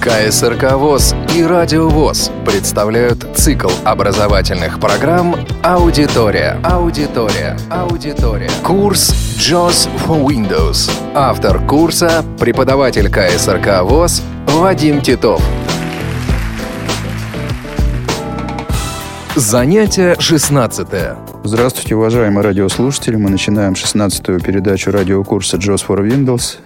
КСРК ВОЗ и Радио ВОЗ представляют цикл образовательных программ «Аудитория». Аудитория. Аудитория. Курс «JOS for Windows». Автор курса – преподаватель КСРК ВОЗ Вадим Титов. Занятие 16. Здравствуйте, уважаемые радиослушатели. Мы начинаем 16-ю передачу радиокурса JOS for Windows.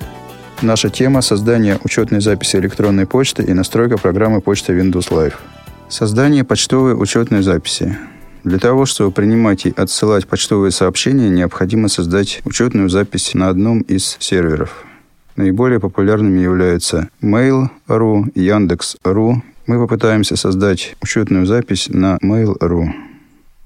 Наша тема – создание учетной записи электронной почты и настройка программы почты Windows Live. Создание почтовой учетной записи. Для того, чтобы принимать и отсылать почтовые сообщения, необходимо создать учетную запись на одном из серверов. Наиболее популярными являются Mail.ru, Яндекс.ру. Мы попытаемся создать учетную запись на Mail.ru.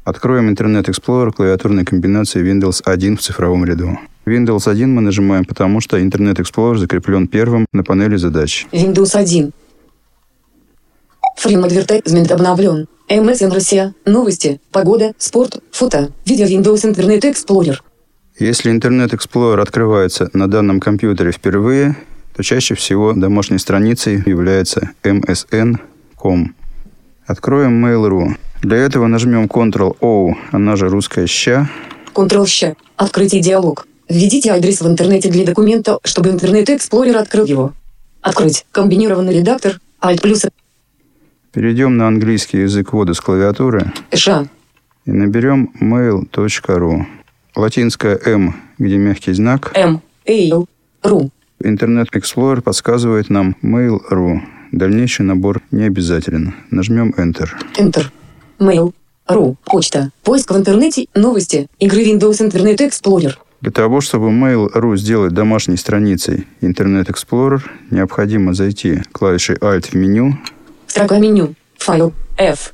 Откроем Internet Explorer клавиатурной комбинации Windows 1 в цифровом ряду. Windows 1 мы нажимаем, потому что Internet Explorer закреплен первым на панели задач. Windows 1. Фрим адвертайзмент обновлен. MSN Россия, новости, погода, спорт, фото, видео Windows Internet Explorer. Если Internet Explorer открывается на данном компьютере впервые, то чаще всего домашней страницей является msn.com. Откроем Mail.ru. Для этого нажмем Ctrl-O, она же русская «ща». Ctrl-Щ. Открытие диалог. Введите адрес в интернете для документа, чтобы Internet Explorer открыл его. Открыть комбинированный редактор Alt плюс Перейдем на английский язык ввода с клавиатуры Ша. и наберем mail.ru. Латинское «м», где мягкий знак. М. Эйл. Ру. Интернет Explorer подсказывает нам Mail.ru. Дальнейший набор не обязателен. Нажмем Enter. Enter. Mail. Ру. Почта. Поиск в интернете. Новости. Игры Windows Internet Explorer. Для того, чтобы Mail.ru сделать домашней страницей Internet Explorer, необходимо зайти клавишей Alt в меню, Строка меню. Файл. F.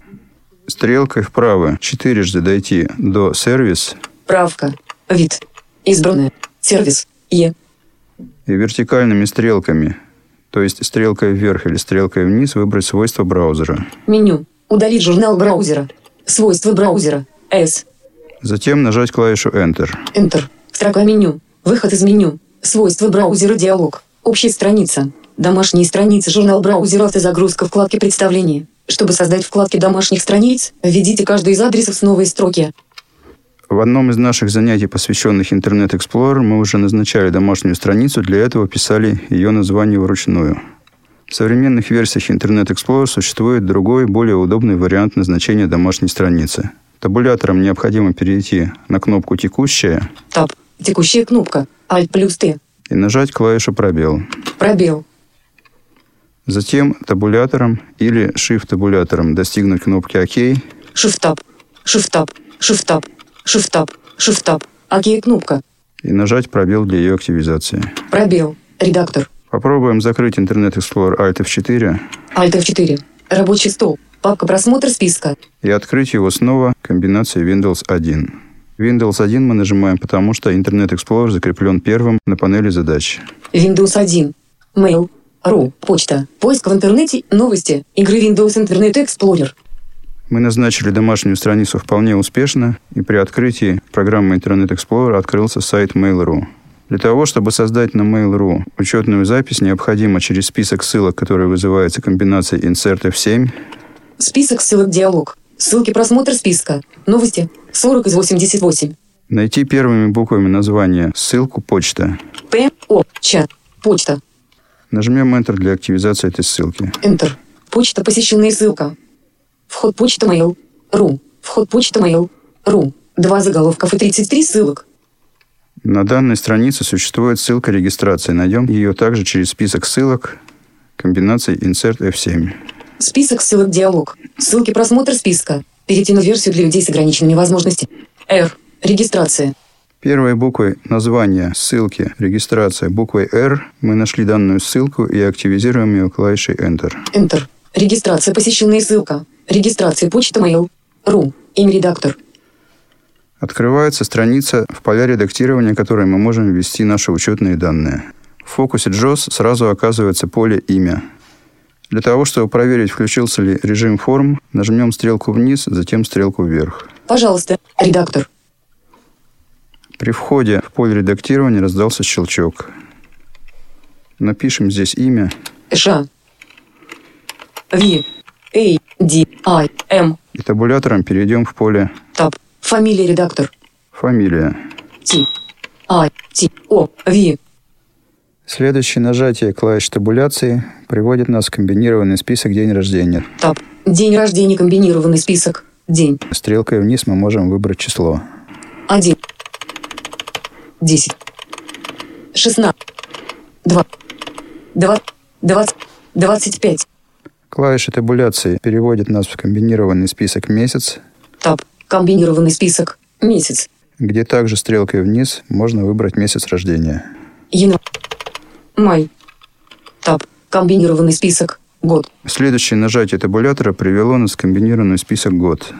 стрелкой вправо четырежды дойти до сервис Правка. Вид. Избранное. Сервис. Е. и вертикальными стрелками, то есть стрелкой вверх или стрелкой вниз, выбрать свойства браузера. Меню. Удалить журнал браузера. Свойства браузера. S. Затем нажать клавишу Enter. Enter. Строка меню. Выход из меню. Свойства браузера диалог. Общая страница. Домашние страницы журнал браузера автозагрузка вкладки представления. Чтобы создать вкладки домашних страниц, введите каждый из адресов с новой строки. В одном из наших занятий, посвященных Internet Explorer, мы уже назначали домашнюю страницу, для этого писали ее название вручную. В современных версиях Internet Explorer существует другой, более удобный вариант назначения домашней страницы. Табулятором необходимо перейти на кнопку «Текущая» Таб. Текущая кнопка. Alt плюс Т. и нажать клавишу «Пробел». Пробел. Затем табулятором или Shift-табулятором достигнуть кнопки «Ок», Shift-таб. Shift-таб. Shift-таб. Shift-таб. Shift-таб. Окей, кнопка. и нажать «Пробел» для ее активизации. Пробел. Редактор. Попробуем закрыть Internet Explorer Alt F4 Alt F4. Рабочий стол. Папка просмотр списка. и открыть его снова комбинацией Windows 1. Windows 1 мы нажимаем, потому что Internet Explorer закреплен первым на панели задач. Windows 1. Mail. Ру. Почта. Поиск в интернете. Новости. Игры Windows Internet Explorer. Мы назначили домашнюю страницу вполне успешно, и при открытии программы Internet Explorer открылся сайт Mail.ru. Для того, чтобы создать на Mail.ru учетную запись, необходимо через список ссылок, который вызывается комбинацией Insert F7, Список ссылок диалог. Ссылки просмотр списка. Новости. 40 из 88. найти первыми буквами названия ссылку «Почта». П. О. Чат. Почта. Нажмем Enter для активизации этой ссылки. Enter. Почта посещенная ссылка. Вход почта mail. Ру. Вход почта mail. Ру. Два заголовков и 33 ссылок. На данной странице существует ссылка регистрации. Найдем ее также через список ссылок комбинацией Insert F7. Список ссылок диалог. Ссылки просмотр списка. Перейти на версию для людей с ограниченными возможностями. R. Регистрация. Первой буквой названия ссылки регистрация буквой R мы нашли данную ссылку и активизируем ее клавишей Enter. Enter. Регистрация посещенная ссылка. Регистрация почта mail. Ру. Имя редактор. Открывается страница в поля редактирования, которой мы можем ввести наши учетные данные. В фокусе JOS сразу оказывается поле «Имя». Для того, чтобы проверить, включился ли режим форм, нажмем стрелку вниз, затем стрелку вверх. Пожалуйста, редактор. При входе в поле редактирования раздался щелчок. Напишем здесь имя Ша. V, A, D, I, M, И табулятором перейдем в поле Tab, фамилия редактор, «Фамилия». T, I, T, O, V, Следующее нажатие клавиш табуляции приводит нас в комбинированный список «День рождения». Tab, день рождения, комбинированный список, день, Стрелкой вниз мы можем выбрать число. 1, 10, 16, 2, 2, 20, 25, Клавиши табуляции переводит нас в комбинированный список «Месяц», Tab, комбинированный список, месяц, где также стрелкой вниз можно выбрать месяц рождения. январь, май, Tab, комбинированный список, год, Следующее нажатие табулятора привело нас в комбинированный список «Год».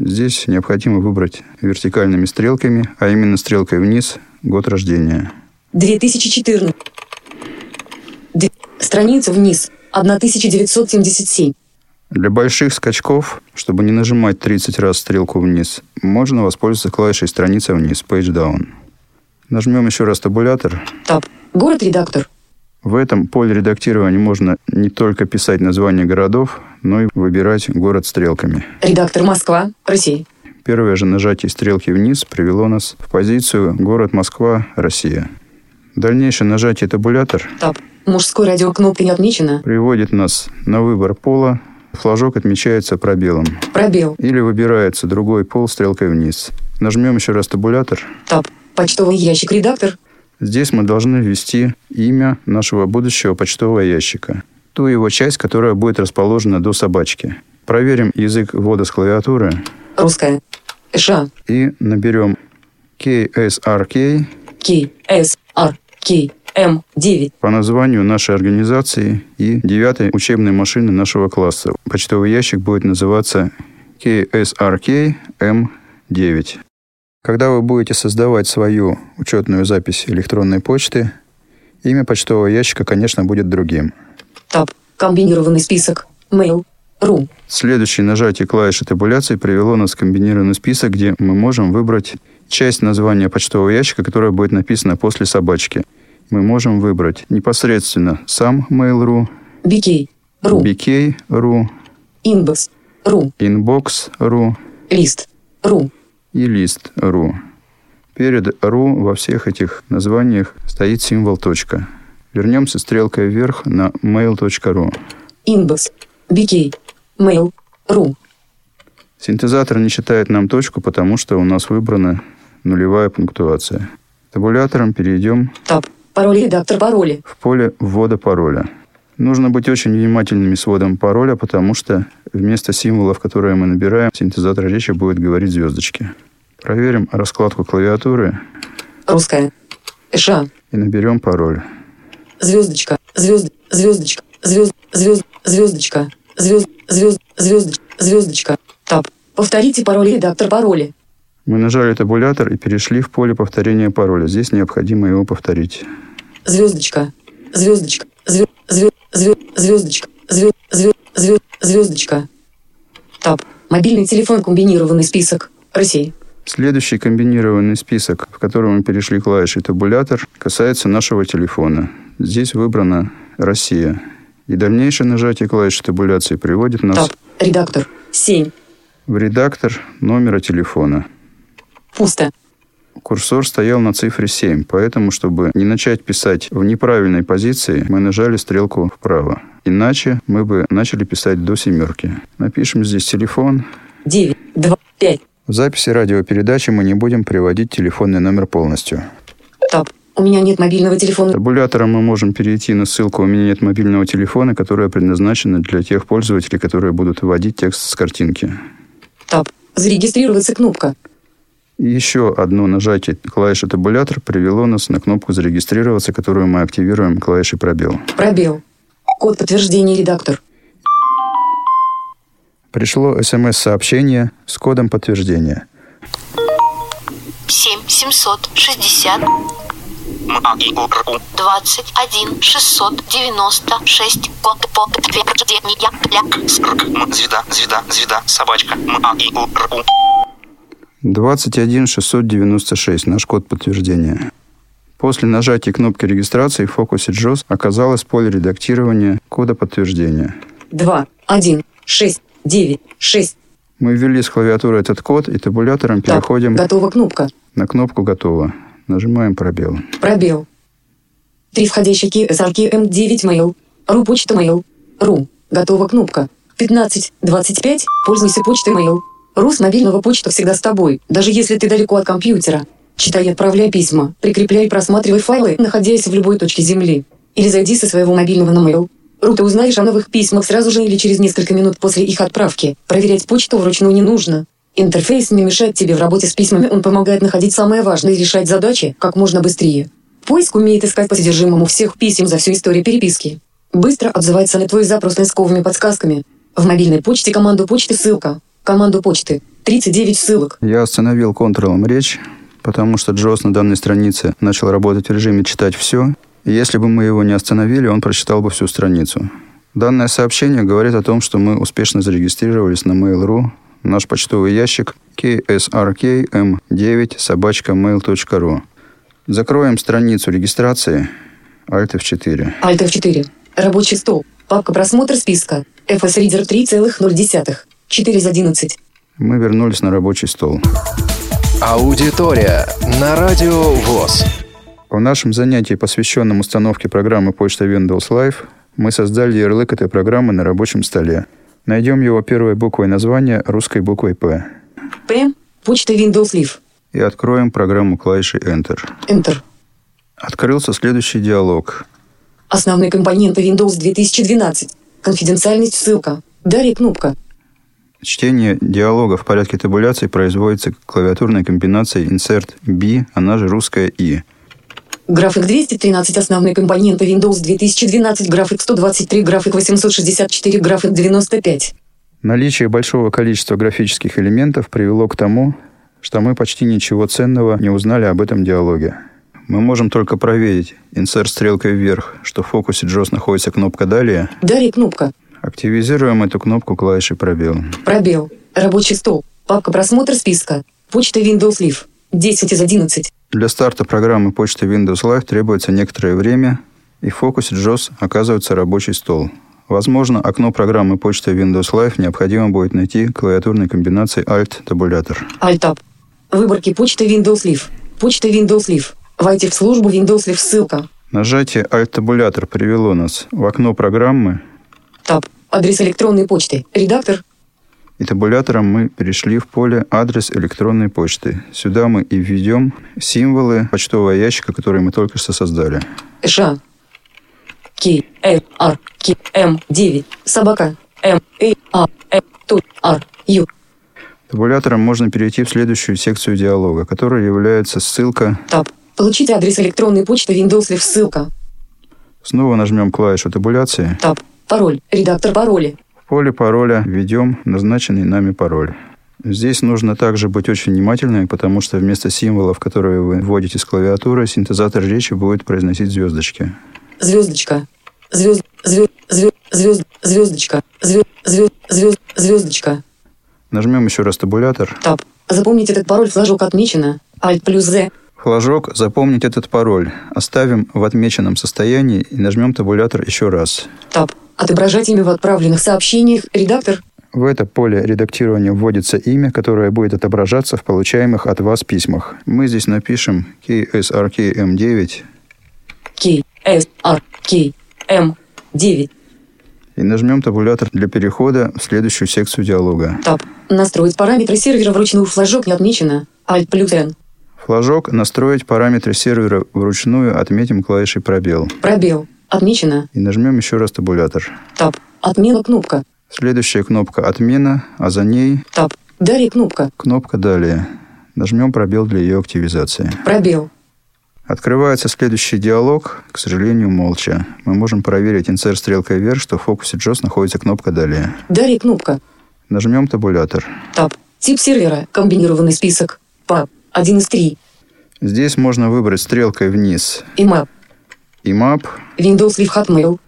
Здесь необходимо выбрать вертикальными стрелками, а именно стрелкой вниз год рождения. 2014. Д- Страница вниз. 1977. Для больших скачков, чтобы не нажимать 30 раз стрелку вниз, можно воспользоваться клавишей страница вниз, page down. Нажмем еще раз табулятор. Таб. Город-редактор. В этом поле редактирования можно не только писать названия городов, но и выбирать город стрелками. Редактор Москва, Россия. Первое же нажатие стрелки вниз привело нас в позицию «Город Москва, Россия». Дальнейшее нажатие «Табулятор» Таб. Мужской радио кнопка не отмечена. приводит нас на выбор пола. Флажок отмечается пробелом. Пробел. Или выбирается другой пол стрелкой вниз. Нажмем еще раз «Табулятор». Таб. Почтовый ящик редактор. Здесь мы должны ввести имя нашего будущего почтового ящика. Ту его часть, которая будет расположена до собачки. Проверим язык ввода с клавиатуры Русская. Ша. и наберем KSRK К. С. Р. К. М. 9. по названию нашей организации и девятой учебной машины нашего класса. Почтовый ящик будет называться KSRK M9. Когда вы будете создавать свою учетную запись электронной почты, имя почтового ящика, конечно, будет другим. Таб. Комбинированный список. Mail. Ру. Следующее нажатие клавиши табуляции привело нас в комбинированный список, где мы можем выбрать часть названия почтового ящика, которая будет написана после собачки. Мы можем выбрать непосредственно сам Mail.ru, BK. Ру. BK.ru, Inbox. Ру. Inbox.ru Лист. Ру. и List.ru. Перед .ru во всех этих названиях стоит символ точка. Вернемся стрелкой вверх на mail.ru. Inbox. BK. Mail. Ру. Синтезатор не считает нам точку, потому что у нас выбрана нулевая пунктуация. Табулятором перейдем Таб. Пароль редактор пароля. в поле ввода пароля. Нужно быть очень внимательными с вводом пароля, потому что вместо символов, которые мы набираем, синтезатор речи будет говорить звездочки. Проверим раскладку клавиатуры Русская. Ша. и наберем пароль. Звездочка. Звезд. Звездочка. Звезд. Звезд. Звездочка. Звезд. Звезд. Звездочка. Звездочка. Таб. Повторите пароль редактор пароля. Мы нажали табулятор и перешли в поле повторения пароля. Здесь необходимо его повторить. Звездочка. Звездочка. Звезд. Звезд. Звездочка. Звезд. Звезд. Звезд. Звездочка. Таб. Мобильный телефон комбинированный список. Россия. Следующий комбинированный список, в котором мы перешли клавиши табулятор, касается нашего телефона. Здесь выбрана «Россия». И дальнейшее нажатие клавиши табуляции приводит нас Таб. Редактор. 7. в редактор номера телефона. Пусто. Курсор стоял на цифре 7, поэтому, чтобы не начать писать в неправильной позиции, мы нажали стрелку вправо. Иначе мы бы начали писать до семерки. Напишем здесь телефон. 9. 2. 5. В записи радиопередачи мы не будем приводить телефонный номер полностью. Таб. У меня нет мобильного телефона. Табулятором мы можем перейти на ссылку «У меня нет мобильного телефона», которая предназначена для тех пользователей, которые будут вводить текст с картинки. Таб. Зарегистрироваться кнопка. И еще одно нажатие клавиши табулятор привело нас на кнопку «Зарегистрироваться», которую мы активируем клавишей «Пробел». Пробел. Код подтверждения редактор. Пришло смс-сообщение с кодом подтверждения. 7 760 А МАИОРУ 21 696 код подтверждения для СРК М Звезда Звезда Звезда Собачка А МАИОРУ 21696, наш код подтверждения. После нажатия кнопки регистрации в фокусе JOS оказалось поле редактирования кода подтверждения. 2, 1, 6, 9, 6. Мы ввели с клавиатуры этот код и табулятором Так, переходим готова кнопка. на кнопку «Готово». Нажимаем пробел. Пробел. Три входящие ки SRK М9 mail. Ру почта mail. Ру. Готова кнопка. 15, 25. Пользуйся почтой mail. Ру с мобильного почта всегда с тобой, даже если ты далеко от компьютера. Читай и отправляй письма, прикрепляй и просматривай файлы, находясь в любой точке Земли. Или зайди со своего мобильного на mail. Ру ты узнаешь о новых письмах сразу же или через несколько минут после их отправки. Проверять почту вручную не нужно. Интерфейс не мешает тебе в работе с письмами, он помогает находить самое важное и решать задачи как можно быстрее. Поиск умеет искать по содержимому всех писем за всю историю переписки. Быстро отзывается на твой запрос поисковыми подсказками. В мобильной почте команду почты ссылка. Команду почты. 39 ссылок. Я остановил контролом речь, потому что Джос на данной странице начал работать в режиме «читать все», и если бы мы его не остановили, он прочитал бы всю страницу. Данное сообщение говорит о том, что мы успешно зарегистрировались на Mail.ru, наш почтовый ящик ksrkm9 собачка mail.ru. Закроем страницу регистрации Alt F4. Alt F4. Рабочий стол. Папка просмотр списка. FS Reader 3,0. 4 из 11. Мы вернулись на рабочий стол. Аудитория на Радио ВОЗ. В нашем занятии, посвященном установке программы почта Windows Live, мы создали ярлык этой программы на рабочем столе. Найдем его первой буквой названия русской буквой «П» П. Почта Windows Live. и откроем программу клавишей Enter. Enter. Открылся следующий диалог. Основные компоненты Windows 2012. Конфиденциальность ссылка. Далее кнопка. Чтение диалога в порядке табуляции производится клавиатурной комбинацией Insert B, она же русская И. График 213 основные компоненты Windows 2012, график 123, график 864, график 95. Наличие большого количества графических элементов привело к тому, что мы почти ничего ценного не узнали об этом диалоге. Мы можем только проверить, инсерт стрелкой вверх, что в фокусе Джос находится кнопка «Далее». Далее кнопка. Активизируем эту кнопку клавишей «Пробел». Пробел. Рабочий стол. Папка просмотр списка. Почта Windows Live. 10 из 11. Для старта программы почты Windows Live требуется некоторое время, и в фокусе JOS оказывается рабочий стол. Возможно, окно программы почты Windows Live необходимо будет найти клавиатурной комбинацией Alt-табулятор. Alt-Tab. Выборки почты Windows Live. Почта Windows Live. Войти в службу Windows Live ссылка. Нажатие Alt-табулятор привело нас в окно программы, Таб. Адрес электронной почты. Редактор. и табулятором мы перешли в поле «Адрес электронной почты». Сюда мы и введем символы почтового ящика, который мы только что создали. Ша. Ки. Э. Ар. Ки. М. 9. Собака. М. И. А. Э. Ту. Ар. Ю. Табулятором можно перейти в следующую секцию диалога, которая является ссылка Таб. А Получите адрес электронной почты Windows Live ссылка. Снова нажмем клавишу табуляции. Таб. Пароль. Редактор пароля. В поле пароля введем назначенный нами пароль. Здесь нужно также быть очень внимательным, потому что вместо символов, которые вы вводите с клавиатуры, синтезатор речи будет произносить звездочки. Звездочка. Звезд. Звезд. Звезд. Звезд. Звездочка. Звезд. Звезд. Звезд. Звездочка. Нажмем еще раз табулятор. Таб. Запомнить этот пароль флажок отмечено. Alt плюс Z. Флажок «Запомнить этот пароль» оставим в отмеченном состоянии и нажмем табулятор еще раз. Таб. А Отображать имя в отправленных сообщениях. Редактор. В это поле редактирования вводится имя, которое будет отображаться в получаемых от вас письмах. Мы здесь напишем KSRKM9 К. С. Ар. К. М. 9. и нажмем табулятор для перехода в следующую секцию диалога. Таб. Настроить параметры сервера вручную флажок не отмечено. Alt плюс N. Флажок «Настроить параметры сервера вручную» отметим клавишей «Пробел». Пробел. Отмечено. И нажмем еще раз табулятор. Таб. Отмена кнопка. Следующая кнопка «Отмена», а за ней Таб. Далее кнопка. кнопка «Далее». Нажмем пробел для ее активизации. Пробел. Открывается следующий диалог, к сожалению, молча. Мы можем проверить инсерт стрелкой вверх, что в фокусе Джос находится кнопка «Далее». Далее кнопка. Нажмем табулятор. Таб. Тип сервера. Комбинированный список. Паб. 1 из 3. Здесь можно выбрать стрелкой вниз Имап. и мап. Windows Live Hotmail.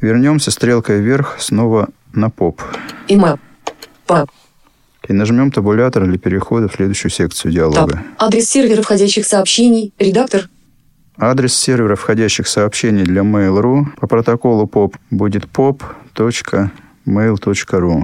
Вернемся стрелкой вверх снова на поп. Имап. Паб. И нажмем табулятор для перехода в следующую секцию Таб. диалога. Адрес сервера входящих сообщений. Редактор. Адрес сервера входящих сообщений для Mail.ru по протоколу POP будет pop.mail.ru. mail.ru.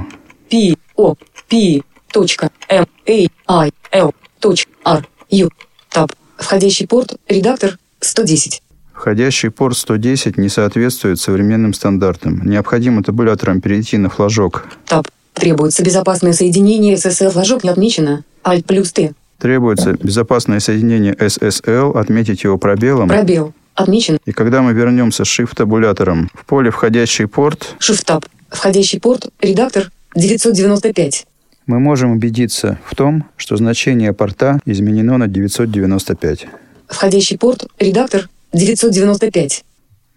P O P точка M A I L точка R U Таб. Входящий порт. Редактор 110. Входящий порт 110 не соответствует современным стандартам. Необходимо табулятором перейти на флажок. Таб. Требуется безопасное соединение SSL. Флажок не отмечено. Alt плюс Т. Требуется безопасное соединение SSL, отметить его пробелом. Пробел. Отмечен. И когда мы вернемся с shift-табулятором в поле «Входящий порт», Shift Таб. Входящий порт. Редактор 995. мы можем убедиться в том, что значение порта изменено на 995. Входящий порт. Редактор 995.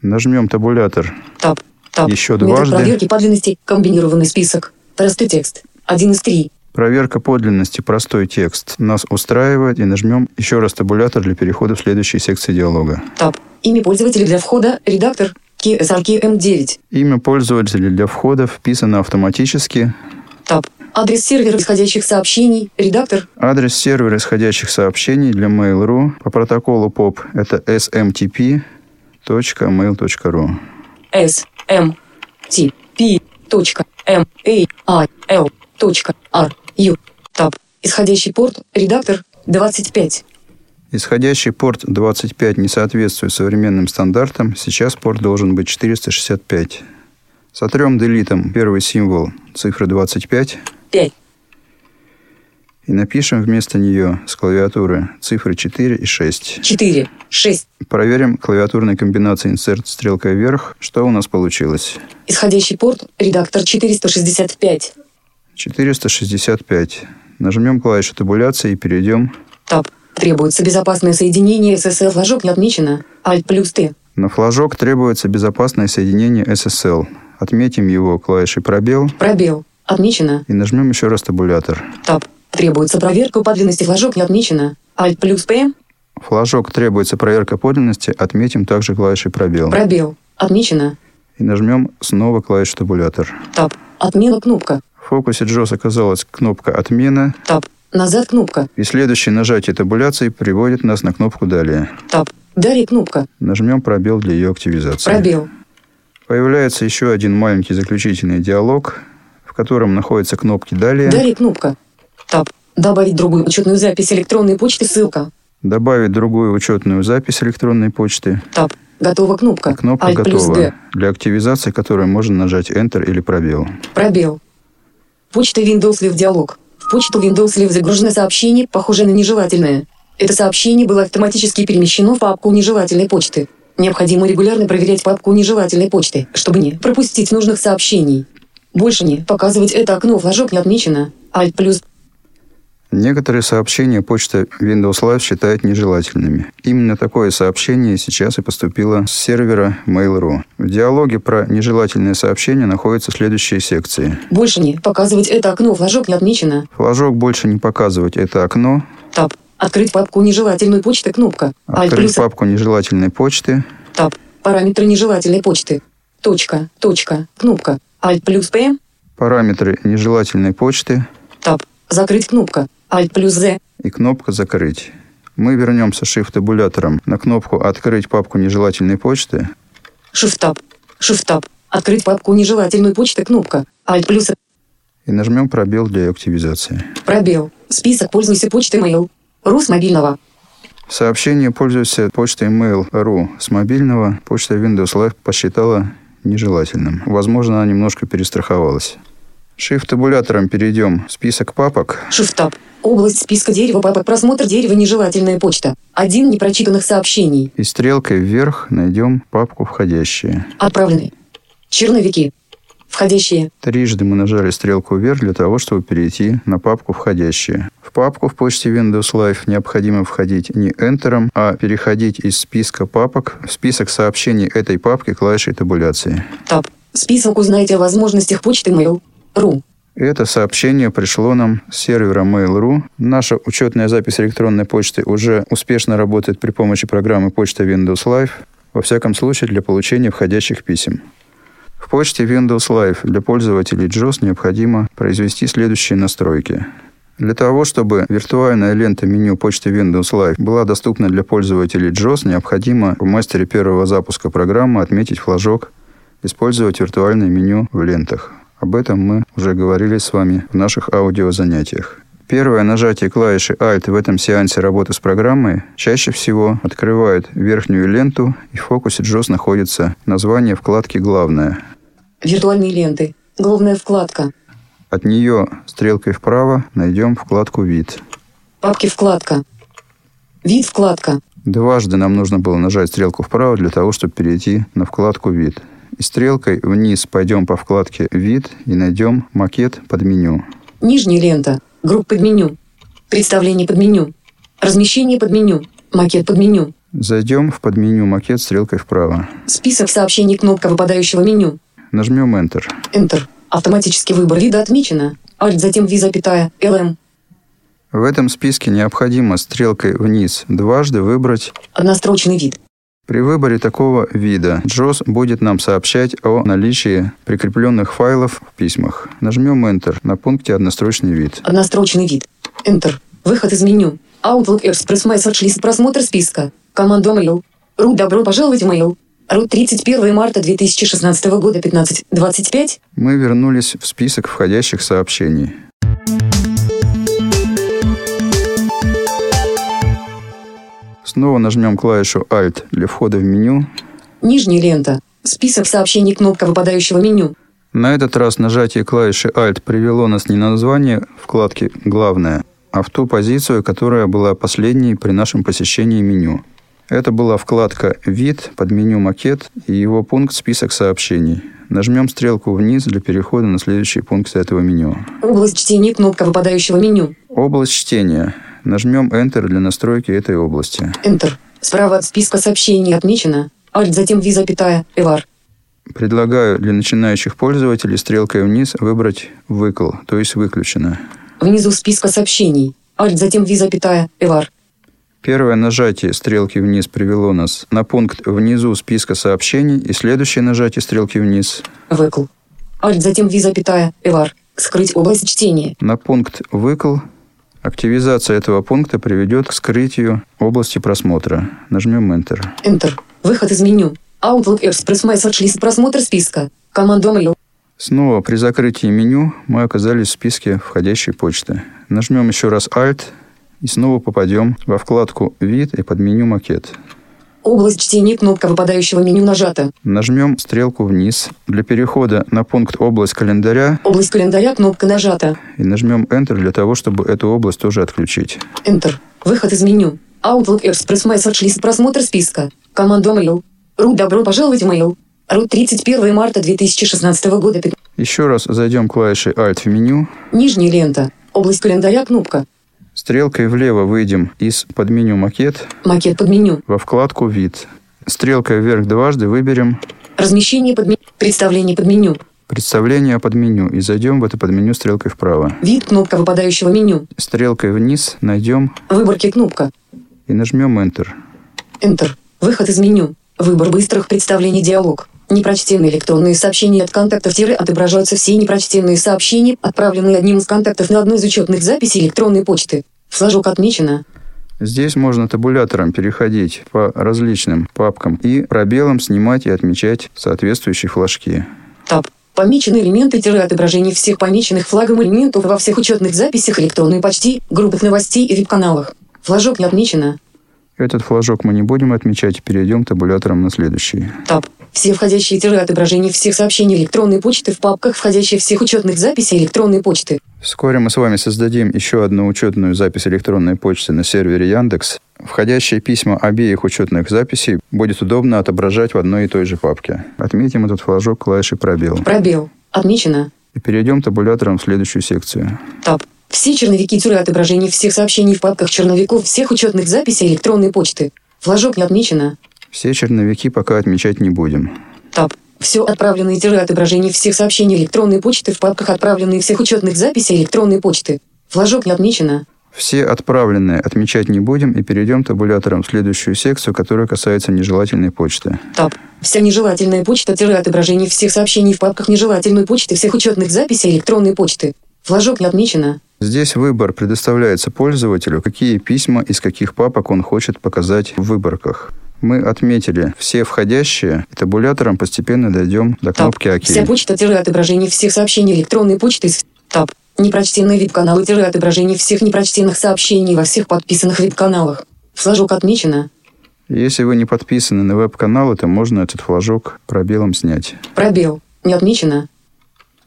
Нажмем табулятор. Таб. Таб. Еще Метод дважды. проверки подлинности. Комбинированный список. Простой текст. 1 из 3. Проверка подлинности «Простой текст» нас устраивает и нажмем еще раз табулятор для перехода в следующей секции диалога. Таб. Имя пользователя для входа. Редактор. KSRK M9. Имя пользователя для входа вписано автоматически. Таб. Адрес сервера исходящих сообщений. Редактор. Адрес сервера исходящих сообщений для Mail.ru по протоколу POP – это smtp.mail.ru. S. M. T. P. Точка. M. A. I. L. Точка. R. U. Таб. Исходящий порт. Редактор. 25. Исходящий порт 25 не соответствует современным стандартам, сейчас порт должен быть 465. Сотрем делитом первый символ цифры 25 5. и напишем вместо нее с клавиатуры цифры 4 и 6. 4. 6. Проверим клавиатурной комбинацией инсерт стрелка вверх, что у нас получилось. Исходящий порт. Редактор 465. 465. Нажмем клавишу табуляции и перейдем Таб. Требуется безопасное соединение SSL. Флажок не отмечено. Alt плюс Т. на флажок «Требуется безопасное соединение SSL». Отметим его клавишей «Пробел» Пробел. Отмечено. и нажмем еще раз табулятор. Таб. Требуется проверка подлинности. Флажок не отмечено. Alt плюс П. Флажок «Требуется проверка подлинности», отметим также клавишей «Пробел». Пробел. Отмечено. И нажмем снова клавишу «Табулятор». Таб. Отмена кнопка. В фокусе JOS оказалась кнопка «Отмена», Таб. Назад кнопка. и следующее нажатие табуляции приводит нас на кнопку «Далее». Таб. Далее кнопка. Нажмем «Пробел» для ее активизации. Пробел. Появляется еще один маленький заключительный диалог, в котором находятся кнопки «Далее», Далее кнопка. Таб. Добавить другую учетную запись электронной почты. Ссылка. «Добавить другую учетную запись электронной почты», Таб. Готова кнопка. кнопка Alt плюс Д. «Готова», для активизации которой можно нажать «Enter» или «Пробел». Пробел. Почта Windows Live диалог. В почту Windows Live загружено сообщение, похожее на нежелательное. Это сообщение было автоматически перемещено в папку нежелательной почты. Необходимо регулярно проверять папку нежелательной почты, чтобы не пропустить нужных сообщений. Больше не показывать это окно флажок не отмечено. Alt плюс. Некоторые сообщения почта Windows Live считает нежелательными. Именно такое сообщение сейчас и поступило с сервера Mail.ru. В диалоге про нежелательные сообщения находятся следующие секции. Больше не показывать это окно флажок не отмечено. Флажок «Больше не показывать» — это окно. Таб. Открыть папку нежелательной почты кнопка. Alt Открыть плюс. папку нежелательной почты. Таб. Параметры нежелательной почты. Точка. Точка. Кнопка. Alt плюс П. Параметры нежелательной почты Таб. Закрыть кнопка. Alt плюс Z. и кнопка «Закрыть». Мы вернемся shift-табулятором на кнопку «Открыть папку нежелательной почты». Shift Tab. Shift Tab. Открыть папку нежелательной почты кнопка. Alt плюс Z. И нажмем пробел для ее активизации. Пробел. Список пользуйся почтой mail. Рус мобильного. Сообщение пользуйся почтой mail.ru с мобильного почта Windows Live посчитала нежелательным. Возможно, она немножко перестраховалась. Shift-табулятором перейдем в список папок. Shift Tab. Область списка дерева папок. Просмотр дерева нежелательная почта. Один непрочитанных сообщений. И стрелкой вверх найдем папку «Входящие». Отправлены. Черновики. Входящие. Трижды мы нажали стрелку вверх для того, чтобы перейти на папку «Входящие». В папку в почте Windows Live необходимо входить не Enter, а переходить из списка папок в список сообщений этой папки клавишей табуляции. Таб. Список узнайте о возможностях почты mail. Ру. Это сообщение пришло нам с сервера Mail.ru. Наша учетная запись электронной почты уже успешно работает при помощи программы почта Windows Live, во всяком случае для получения входящих писем. В почте Windows Live для пользователей JOS необходимо произвести следующие настройки. Для того, чтобы виртуальная лента меню почты Windows Live была доступна для пользователей JOS, необходимо в мастере первого запуска программы отметить флажок «Использовать виртуальное меню в лентах». Об этом мы уже говорили с вами в наших аудиозанятиях. Первое нажатие клавиши Alt в этом сеансе работы с программой чаще всего открывает верхнюю ленту, и в фокусе JOS находится название вкладки «Главное». Виртуальные ленты. Главная вкладка. От нее стрелкой вправо найдем вкладку «Вид». Папки вкладка. Вид вкладка. Дважды нам нужно было нажать стрелку вправо для того, чтобы перейти на вкладку «Вид». И стрелкой вниз пойдем по вкладке «Вид» и найдем макет под меню. Нижняя лента. Групп под меню. Представление под меню. Размещение под меню. Макет под меню. Зайдем в подменю «Макет» стрелкой вправо. Список сообщений кнопка выпадающего меню. Нажмем «Enter». Enter. Автоматический выбор вида отмечено. Alt, затем V, запятая, LM. В этом списке необходимо стрелкой вниз дважды выбрать Однострочный вид. При выборе такого вида JOS будет нам сообщать о наличии прикрепленных файлов в письмах. Нажмем Enter на пункте «Однострочный вид». Однострочный вид. Enter. Выход из меню. Outlook Express Message List. Просмотр списка. Команда Mail. Ру. Добро пожаловать в Mail. Ру. 31 марта 2016 года 15.25. Мы вернулись в список входящих сообщений. Снова нажмем клавишу Alt для входа в меню. Нижняя лента. Список сообщений кнопка выпадающего меню. На этот раз нажатие клавиши Alt привело нас не на название вкладки «Главное», а в ту позицию, которая была последней при нашем посещении меню. Это была вкладка «Вид» под меню «Макет» и его пункт «Список сообщений». Нажмем стрелку вниз для перехода на следующий пункт этого меню. Область чтения кнопка выпадающего меню. Область чтения. Нажмем Enter для настройки этой области. Enter. Справа от списка сообщений отмечено. Alt, затем V, запятая, Evar. Предлагаю для начинающих пользователей стрелкой вниз выбрать «Выкл», то есть «Выключено». Внизу списка сообщений. Alt, затем V, запятая, Evar. Первое нажатие стрелки вниз привело нас на пункт внизу списка сообщений, и следующее нажатие стрелки вниз Выкл. Alt, затем V, запятая, Evar. Скрыть область чтения. на пункт «Выкл». Активизация этого пункта приведет к скрытию области просмотра. Нажмем Enter. Enter. Выход из меню. Outlook Express Message List. Просмотр списка. Команда Mail. Снова при закрытии меню мы оказались в списке входящей почты. Нажмем еще раз Alt и снова попадем во вкладку «Вид» и под меню «Макет». Область чтения кнопка выпадающего меню нажата. Нажмем стрелку вниз для перехода на пункт «Область календаря» Область календаря кнопка нажата. и нажмем Enter для того, чтобы эту область тоже отключить. Enter. Выход из меню. Outlook Express Message List. Просмотр списка. Команда Mail. Ру. Добро пожаловать в Mail. Ру. 31 марта 2016 года. пят- Еще раз зайдем клавишей Alt в меню, Нижняя лента. Область календаря кнопка. стрелкой влево выйдем из подменю «Макет» Макет под меню. во вкладку «Вид». Стрелкой вверх дважды выберем Размещение под меню. Представление под меню. «Представление под меню» и зайдем в это подменю стрелкой вправо. Вид кнопка выпадающего меню. Стрелкой вниз найдем Выборки кнопка. и нажмем Enter. Enter. Выход из меню. Выбор быстрых представлений диалог. Непрочтенные электронные сообщения от контактов тире отображаются все непрочтенные сообщения, отправленные одним из контактов на одну из учетных записей электронной почты. Флажок отмечено. Здесь можно табулятором переходить по различным папкам и пробелом снимать и отмечать соответствующие флажки. Таб. Помечены элементы тире отображений всех помеченных флагом элементов во всех учетных записях электронной почты, группах новостей и веб-каналах. Флажок не отмечено. Этот флажок мы не будем отмечать, перейдем табулятором на следующий. Таб. Все входящие тире отображения всех сообщений электронной почты в папках, входящих всех учетных записей электронной почты. Вскоре мы с вами создадим еще одну учетную запись электронной почты на сервере Яндекс. Входящие письма обеих учетных записей будет удобно отображать в одной и той же папке. Отметим этот флажок клавишей «Пробел». Пробел. Отмечено. И перейдем табулятором в следующую секцию. Таб. Все черновики тюры отображений всех сообщений в папках черновиков всех учетных записей электронной почты. Флажок не отмечено. Все черновики пока отмечать не будем. Таб. Все отправленные тюры отображений всех сообщений электронной почты в папках отправленные всех учетных записей электронной почты. Флажок не отмечено. Все отправленные отмечать не будем и перейдем табулятором в следующую секцию, которая касается нежелательной почты. Таб. Вся нежелательная почта тире отображений всех сообщений в папках нежелательной почты всех учетных записей электронной почты. Флажок не отмечено. Здесь выбор предоставляется пользователю, какие письма из каких папок он хочет показать в выборках. Мы отметили все входящие, и табулятором постепенно дойдем до Таб. кнопки ОК. Вся почта тире отображение всех сообщений электронной почты из таб. Непрочтенные веб-каналы тире отображение всех непрочтенных сообщений во всех подписанных веб-каналах. Флажок отмечено. Если вы не подписаны на веб-каналы, то можно этот флажок пробелом снять. Пробел. Не отмечено.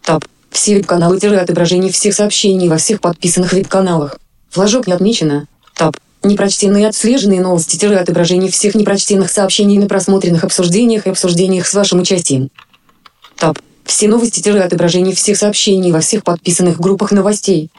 Таб. Все веб-каналы тире отображение всех сообщений во всех подписанных веб-каналах. Флажок не отмечено. Таб. Непрочтенные и отслеженные новости тире отображение всех непрочтенных сообщений на просмотренных обсуждениях и обсуждениях с вашим участием. Таб. Все новости тире отображение всех сообщений во всех подписанных группах новостей.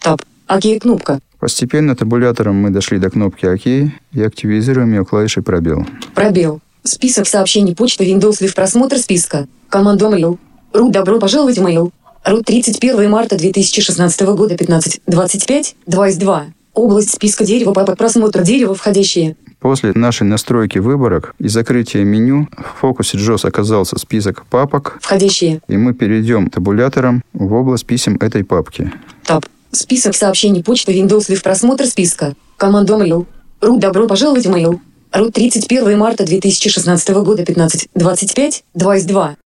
Таб. Окей кнопка. Постепенно табулятором мы дошли до кнопки ОК и активизируем ее клавишей пробел. Пробел. Список сообщений почты Windows Live. Просмотр списка. Команда Mail. Ру добро пожаловать в Mail. Ру 31 марта 2016 года 15 25 2 из 2. Область списка дерева папок просмотр дерева входящие. После нашей настройки выборок и закрытия меню в фокусе Джос оказался список папок, Входящие. и мы перейдем табулятором в область писем этой папки. Таб. Список сообщений почты Windows Live. Просмотр списка. Команда Mail. Ру добро пожаловать в Mail. Ру 31 марта 2016 года 15 25 2 из 2.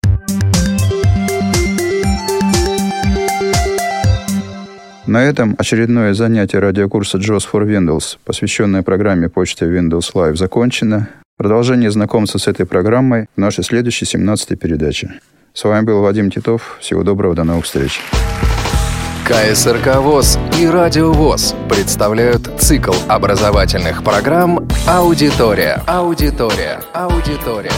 На этом очередное занятие радиокурса JOS for Windows, посвященное программе почты Windows Live, закончено. Продолжение знакомства с этой программой в нашей следующей 17-й передаче. С вами был Вадим Титов. Всего доброго, до новых встреч. КСРК ВОЗ и Радио ВОЗ представляют цикл образовательных программ «Аудитория». Аудитория. Аудитория.